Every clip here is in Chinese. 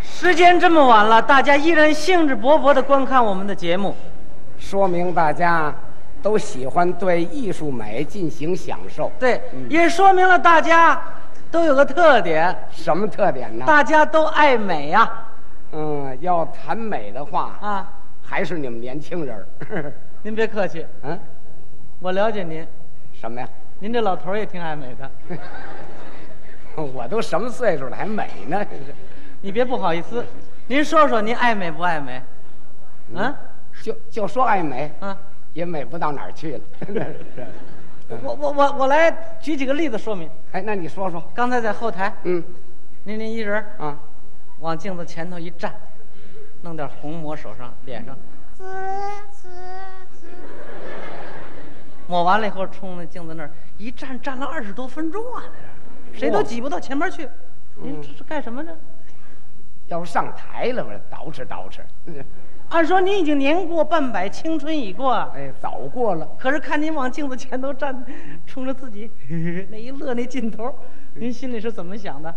时间这么晚了，大家依然兴致勃勃地观看我们的节目。说明大家都喜欢对艺术美进行享受。对，也说明了大家都有个特点，什么特点呢？大家都爱美呀、嗯，要谈美的话，啊。还是你们年轻人儿。 您别客气，嗯，我了解您，什么呀？ 您这老头儿也挺爱美的，我都什么岁数了还美呢？ 这是你别不好意思。您说说您爱美不爱美？嗯就就说爱美，嗯，也美不到哪儿去了。 是我我我我来举几个例子说明。哎，那你说说，刚才在后台，嗯，您您一人儿啊，往镜子前头一站，弄点红抹手上、脸上，呲呲呲，抹完了以后冲那镜子那儿一站，站了二十多分钟啊，在这儿谁都挤不到前面去。您这是干什么呢？要不上台了，我捯饬捯饬。 按说您已经年过半百，青春已过啊。哎，早过了，可是看您往镜子前头站，冲着自己 那一乐那劲头，您心里是怎么想的？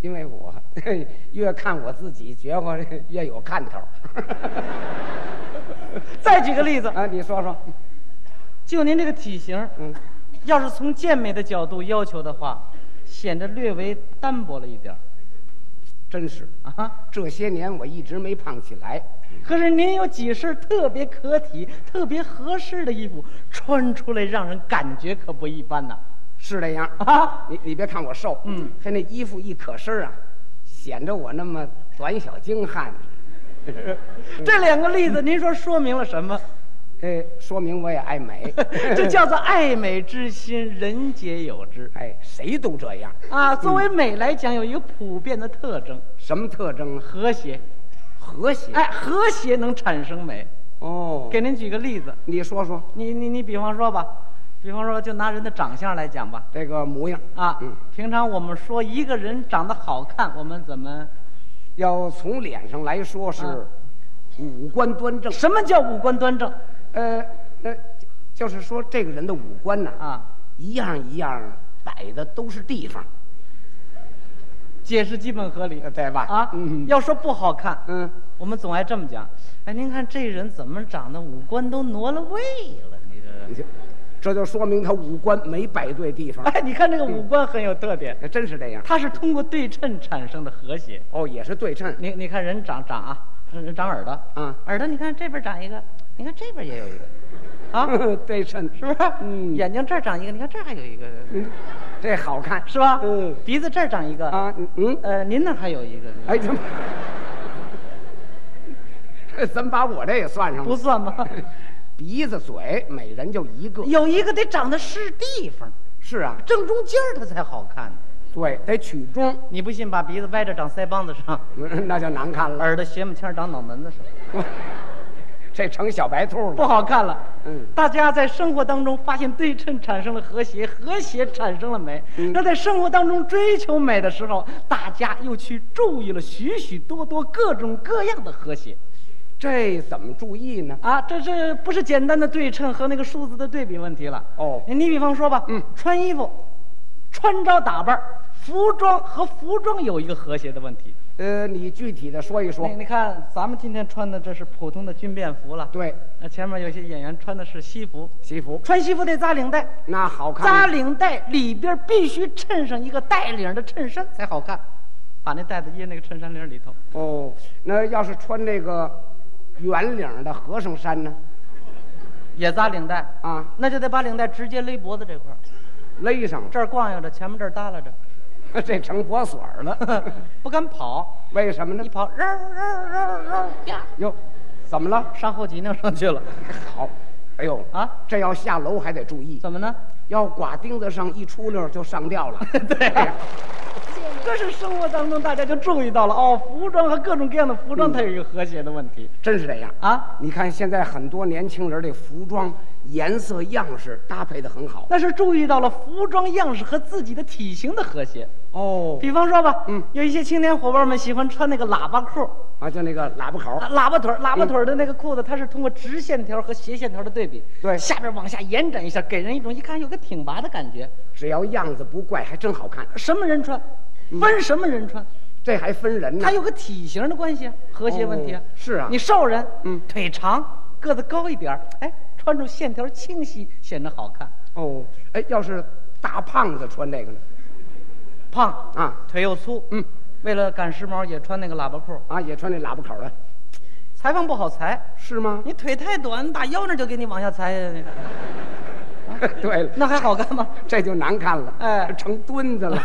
因为我 越看我自己，觉着越有看头。 再举个例子，啊，你说说，就您这个体型，嗯，要是从健美的角度要求的话，显得略微单薄了一点儿真是，啊。这些年我一直没胖起来。可是您有几身特别可体、特别合适的衣服，穿出来让人感觉可不一般呐。是这样啊你你别看我瘦，嗯，嘿，那衣服一可身儿啊，显着我那么短小精悍，这两个例子，您说说明了什么？。呃，说明我也爱美 这叫做爱美之心，人皆有之。 哎，谁都这样，啊，作为美来讲，有一个普遍的特征，什么特征啊？和谐。和谐。哎，和谐能产生美。哦，给您举个例子，你说说你你你，比方说吧，比方说就拿人的长相来讲吧，这个模样，啊，嗯平常我们说一个人长得好看，我们怎么？要从脸上来说是啊五官端正。什么叫五官端正呃，那就就是说这个人的五官呐，啊？一样一样摆的都是地方，解释基本合理呃对吧？啊。嗯要说不好看，嗯，我们总爱这么讲。哎，您看这人怎么长得五官都挪了位了？你你 这，就这就说明他五官没摆对地方，哎，你看这个五官很有特点。哎真是这样。它是通过对称产生的和谐。哦，也是对称，你你看人长长啊，人长耳朵，嗯耳朵你看这边长一个，你看这边也有一个，啊， 对称，是不是？嗯眼睛这儿长一个，你看这儿还有一个，嗯这好看是吧？嗯鼻子这儿长一个，啊，嗯，呃，您那儿还有一个，哎，怎么？ 咱把我这也算上不了，算 吗？鼻子、嘴，每人就一个。有一个得长得是地方，是啊，正中间儿它才好看呢。对，得取中，你不信，把鼻子歪着长腮帮子上， 嗯那就难看了。 耳朵斜木签儿长脑门子上，这成小白兔不了。好看了。嗯，大家在生活当中发现对称产生了和谐，和谐产生了美。嗯那在生活当中追求美的时候，大家又去注意了许许多多各种各样的和谐这怎么注意呢？啊！这这不是简单的对称和那个数字的对比问题了。哦你比方说吧，嗯穿衣服、穿着打扮、服装和服装有一个和谐的问题。呃，你具体的说一说你。你看，咱们今天穿的这是普通的军便服了，对，那前面有些演员穿的是西服，西服穿西服得扎领带。那好扎看，领带里边必须衬上一个带领的衬衫才好看，把那带子掖那个衬衫领里头。哦，那要是穿这个圆领的和尚衫呢？也扎领带，啊，那就得把领带直接勒脖子这块儿，勒上了，这儿逛悠着，前面这儿耷拉着，这 成脖锁儿了。 不敢跑，为什么呢一？跑，嗖嗖嗖嗖呀，哟，怎么了？上后脊梁上去了。好，哎呦啊，这要下楼还得注意，怎么呢？要刮钉子上一出溜就上 吊了。 对，这是生活当中大家就注意到了哦，服装和各种各样的服嗯装，它有一个和谐的问题真是这样。啊，你看现在很多年轻人的服装颜色样式搭配的很好。那是注意到了服装样式和自己的体型的和谐。哦，比方说吧，嗯有一些青年伙伴们喜欢穿那个喇叭裤，啊，就那个喇叭口啊，喇叭嗯腿儿，喇叭腿儿的那个裤子，它是通过直线条和斜线条的对比，对下边往下延展一下，给人一种一看有个挺拔的感觉。只要样子不怪，还真好看。嗯什么人穿，分什么人穿，这还分人呢它。有个体型的关系啊，和谐问题啊。哦是啊你瘦人，嗯腿长，个子高一点儿，哎，穿着线条清晰，显得好看。哦，哎，要是大胖子穿这个呢？胖啊腿又粗，嗯，为了赶时髦也穿那个喇叭裤，啊，也穿这喇叭口的，裁缝不好裁。是吗？你腿太短，你打腰那儿就给你往下裁呀，那个 对了，那还好看吗？ 这就难看了，哎成墩子 了。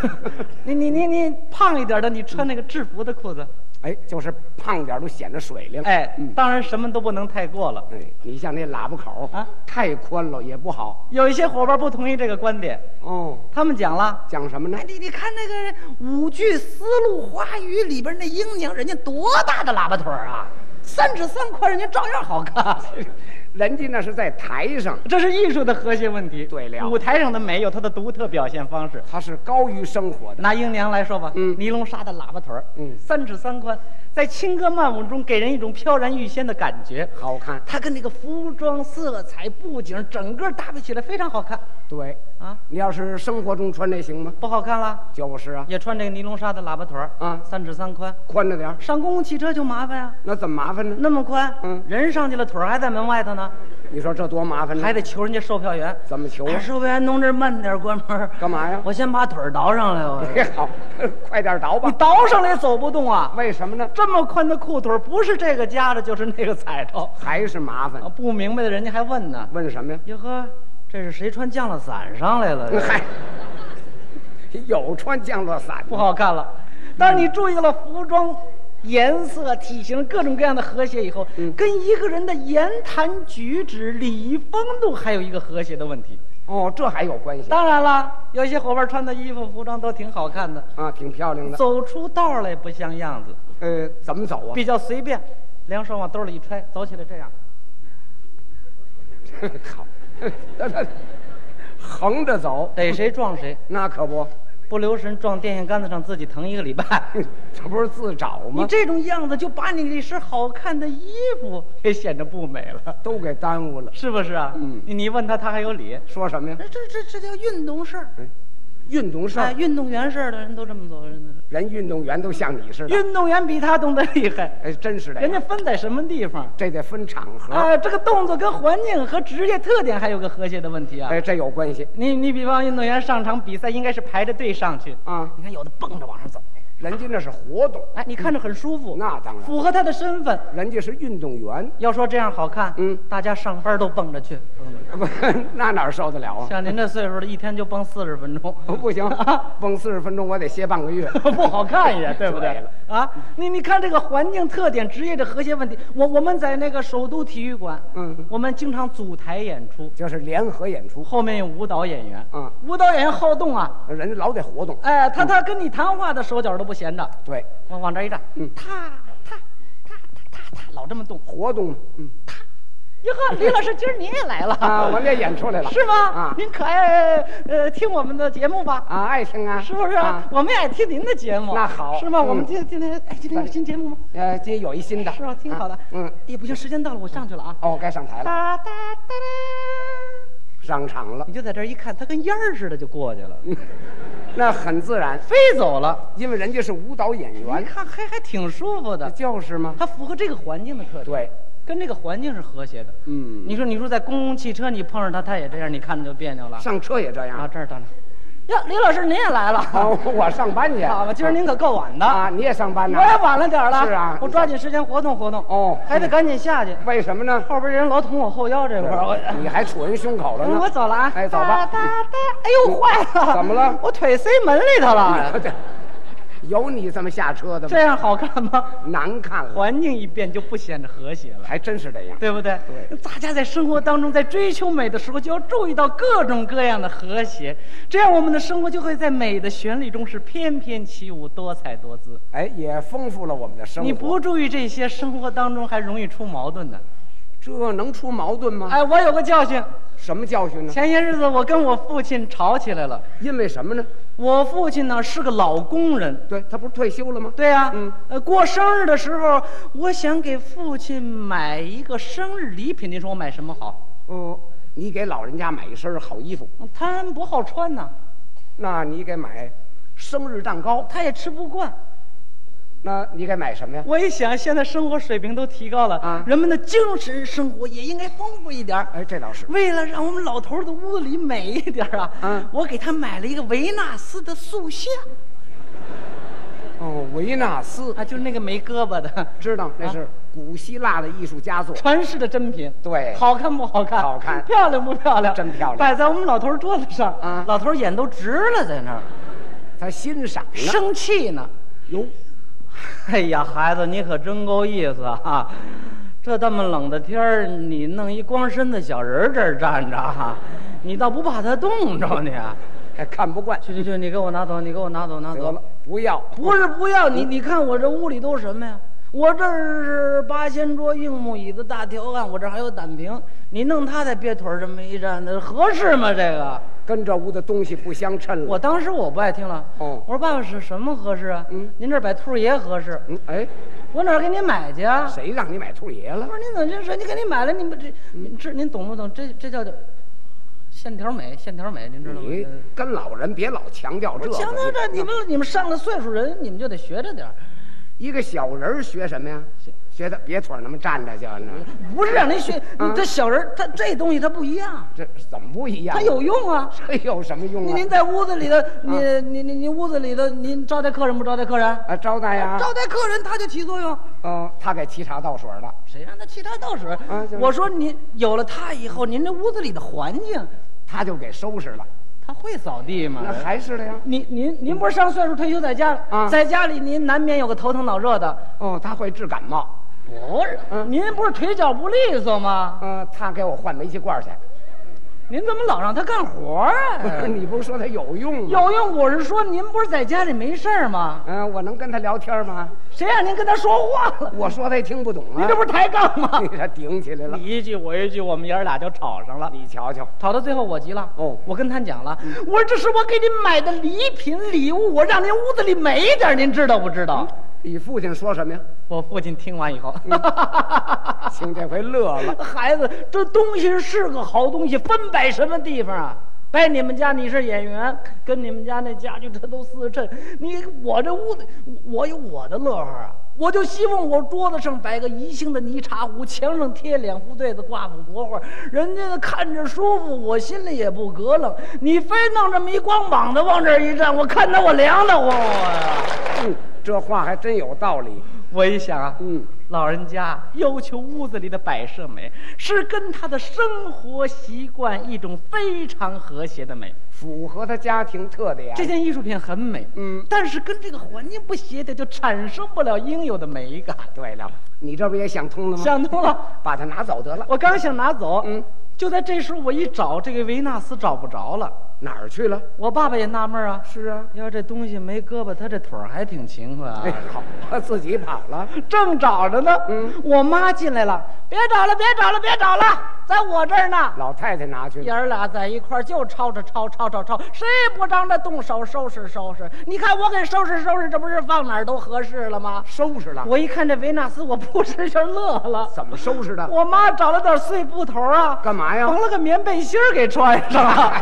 你你你你胖一点的，你穿那个制服的裤子，哎，就是胖点儿都显着水灵。哎嗯，当然什么都不能太过了。哎，你像那喇叭口啊太宽了也不好。有一些伙伴不同意这个观点，哦，他们讲了。讲什么呢哎，？你你看那个五句丝路花语里边那英娘，人家多大的喇叭腿儿啊，三尺三宽，人家照样好看。 人家那是在台上，这是艺术的核心问题。对了舞台上的美有它的独特表现方式。它是高于生活的。拿英娘来说吧，嗯尼龙纱的喇叭腿儿，嗯三尺三宽，在轻歌曼舞中给人一种飘然欲仙的感觉。好看，它跟那个服装、色彩、布景，整个搭配起来非常好看对。啊，你要是生活中穿这行吗？不好看了。就是啊，也穿这个尼龙纱的喇叭腿儿啊三尺三宽，宽着点儿，上公共汽车就麻烦啊。那怎么麻烦呢？那么宽，嗯人上去了，腿儿还在门外头呢，你说这多麻烦呢？还得求人家售票员。怎么求啊哎售票员，弄这儿慢点儿关门儿。干嘛呀我先把腿儿倒上来。 我也好，快点倒你吧。倒上来也走不动啊！为什么呢？这么宽的裤腿儿，不是这个夹着，就是那个踩着。还是麻烦啊，。不明白的人家还问呢。问什么呀？哟呵，这是谁穿降落伞上来了？ 嗨，有穿降落伞的不好看了。当你注意到了服装、颜色、体型各种各样的和谐以后，嗯跟一个人的言谈举止、礼仪风度，还有一个和谐的问题。哦，这还有关系当然了，有些伙伴穿的衣服、服装都挺好看的，啊，挺漂亮的。走出道来不像样子，呃，怎么走啊？比 较随便，两手往兜里一揣，走起来这样。好， 横着走，逮谁撞 谁，那可不， 不留神撞电线杆子上，自己疼一个礼 拜。这不是自找你吗？这种样子就把你那身好看的衣服 给显得不美了，都给耽误了。是不是啊？嗯你你问他，他还有理。说什么呀？这这这这叫运动事儿，运动事哎，儿，运动员事儿的人都这么做，真的是。人运动员都像你似的。运动员比他懂得厉害，哎，真是的。人家分在什么地方？这得分场合，哎，这个动作跟环境和职业特点还有个和谐的问题啊。哎，这有关系你你比方运动员上场比赛应该是排着队上去，啊。你看有的蹦着往上走，人家那是活动，哎，你看着很舒服，嗯那当然，符合他的身份。人家是运动员， 要说这样好看，嗯大家上班都蹦着去。不，那哪儿受得了啊？ 像您这岁数的，一天就蹦四十分钟， 不行，蹦四十分钟我得歇半个月。不好看也，对不对 对了？啊，你你看这个环境特点、职业的和谐问题，我我们在那个首都体育馆，嗯我们经常组台演出，就是联合演出，后面有舞蹈演员，嗯舞蹈演员好动啊，人家老得活动。哎，他他跟你谈话的手脚都不闲着，对，往往这一站，嗯踏踏踏踏踏踏，老这么动，活动嘛，嗯哟呵，李老师今儿您也来了，啊，我也演出来了，是吗？啊您可爱呃听我们的节目吧？啊，爱听啊，是不是、啊？我们也爱听您的节目，那好是吗？嗯我们今天今天哎，今天有新节目吗？呃，今天有一新的，是啊，挺好的啊。嗯，也不行，时间到了，我上去了啊。哦，该上台了，哒哒哒哒，上场了 你，就在这儿一看，他跟烟儿似的就过去了，那很自然，飞走了。因为人家是舞蹈演你员，看还还挺舒服的，就是嘛。它符合这个环境的特点，对，跟这个环境是和谐的。嗯，啊你说你说在公共汽车你碰上他，他也这样，你看着就别扭了。嗯上车也这啊，样。这儿等着。哟，李老师您也来了，好哦，我上班去。吧，今儿您可够晚的，啊，你也上班呢我？也晚了点儿了。是啊我抓紧时间活动活动。哦嗯还得赶紧下去，为什么呢？后边人老捅我后腰这块儿，我你还杵人胸口了呢。我走了啊！嗯哎走吧嗯哒哒哒！哎呦，坏了！怎么了嗯我腿塞门里头了。对，啊 有你这么下车的吗这？样好看吗？难看了，环境一变就不显得和谐了，还真是这样。对不对？对。大家在生活当中，在追求美的时候，就要注意到各种各样的和谐，这样我们的生活就会在美的旋律中是翩翩起舞、多彩多姿。哎，也丰富了我们的生活。你不注意这些，生活当中还容易出矛盾呢。嗯这能出矛盾吗？哎，我有个教训，什么教训呢？前些日子我跟我父亲吵起来了。因为什么呢？我父亲呢是个老工人，对他不是退休了吗？对呀、嗯呃，过生日的时候，我想给父亲买一个生日礼品，您说我买什么好？哦，你给老人家买一身好衣服，他不好穿呐、那你给买生日蛋糕，他也吃不惯。那你该买什么呀？我一想，现在生活水平都提高了啊人们的精神生活也应该丰富一点儿。哎，这倒是。为了让我们老头儿的屋里美一点儿啊，嗯我给他买了一个维纳斯的塑像哦，维纳斯，啊，就是那个没胳膊的， 知道那是古希腊的艺术佳作。传世的珍品。对，，好看不好看？好看漂亮不漂亮？真漂亮摆在我们老头儿桌子上，啊老头儿眼都直了，在那儿他欣赏呢。生气呢。哟， 哎呀，孩子，你可真够意思啊！这这么冷的天儿，你弄一光身子小人儿这儿站着啊，你倒不怕他冻着你？还哎看不惯，去去去，你给我拿走，你给我拿走，拿得走了。，不要。不是不要你，你看我这屋里都什么呀？我这儿是八仙桌、硬木椅子、大条案，我这儿还有胆瓶。你弄他再憋腿儿这么一站，那合适吗？这个，跟这屋的东西不相称了。我当时我不爱听了。嗯哦我说爸爸是什么合适啊？嗯您这儿摆兔儿爷合适，嗯，哎，我哪儿给您买去啊？谁让你买兔爷了不？是您怎么这人家给您买了，你们这您这您懂不懂？这这叫叫线条美，线条美，您知道吗？你跟老人别老强调这个。行，那这你们你们上了岁数人，你们就得学着点儿一个小人儿学什么呀？学他别腿儿那么站着就呢？不是让您学，嗯你这小人儿他这东西他不一样，这怎么不一样？他有用啊。这有什么用您啊？您在屋子里头，嗯您您您您屋子里头，您招待客人不招待客人？啊，招待呀。招待客人他就起作用，嗯，他给沏茶倒水了。谁让他沏茶倒水？就是我说您有了他以后，您这屋子里的环境，他就给收拾了，他会扫地吗那？还是的呀。您您您不是上岁数退休在家了，啊在家里您难免有个头疼脑热的。哦，他会治感冒。不是，您不是腿脚不利索吗？嗯，他给我换煤气罐去。您怎么老让他干活啊？不是， 你不是说他有用吗？有用，我是说您不是在家里没事儿吗？嗯，我能跟他聊天吗？谁让您跟他说话了？我说他也听不懂啊。嗯您这不是抬杠吗？ 你这顶起来了你。一句我一句，我们爷儿俩就吵上了。你瞧瞧，吵到最后我急了，哦我跟他讲了，我说这是我给您买的礼品礼物，我让您屋子里美一点，您知道不知道？你父亲说什么呀？ 我父亲听完以后，嗯行，这回乐了。孩子，这东西是个好东西，分摆什么地方啊？摆你们家你是演员，跟你们家那家具这都四衬。你我这屋子，我有我的乐呵啊。我就希望我桌子上摆个宜兴的泥茶壶，墙上贴两副对子，挂幅国画，人家看着舒服，我心里也不隔楞。你非弄这么一光膀子往这儿一站，我看得我凉得慌啊我呀。嗯，这话还真有道理。我一想啊，嗯，老人家要求屋子里的摆设美，是跟他的生活习惯一种非常和谐的美。符合他家庭特点。这件艺术品很美，嗯，但是跟这个环境不协调，就产生不了应有的美感。对了，你这不也想通了吗？想通了，把它拿走得了。我刚想拿走，嗯，就在这时候，我一找这个维纳斯找不着了，哪儿去了？我爸爸也纳闷啊，是啊，要这东西没胳膊，他这腿儿还挺勤快啊。哎，好，他自己跑了。正找着呢，嗯，我妈进来了，别找了，别找了，别找了，在我这儿呢。老太太拿去爷了。儿俩在一块儿就吵吵吵吵吵吵，谁也不张着动手收拾收拾。你看我给收拾收拾，这不是放哪儿都合适了吗？收拾了。我一看这维纳斯，我扑哧就乐了。怎么收拾的？我妈找了点碎布头啊，干嘛呀缝了个棉背心儿给穿上了。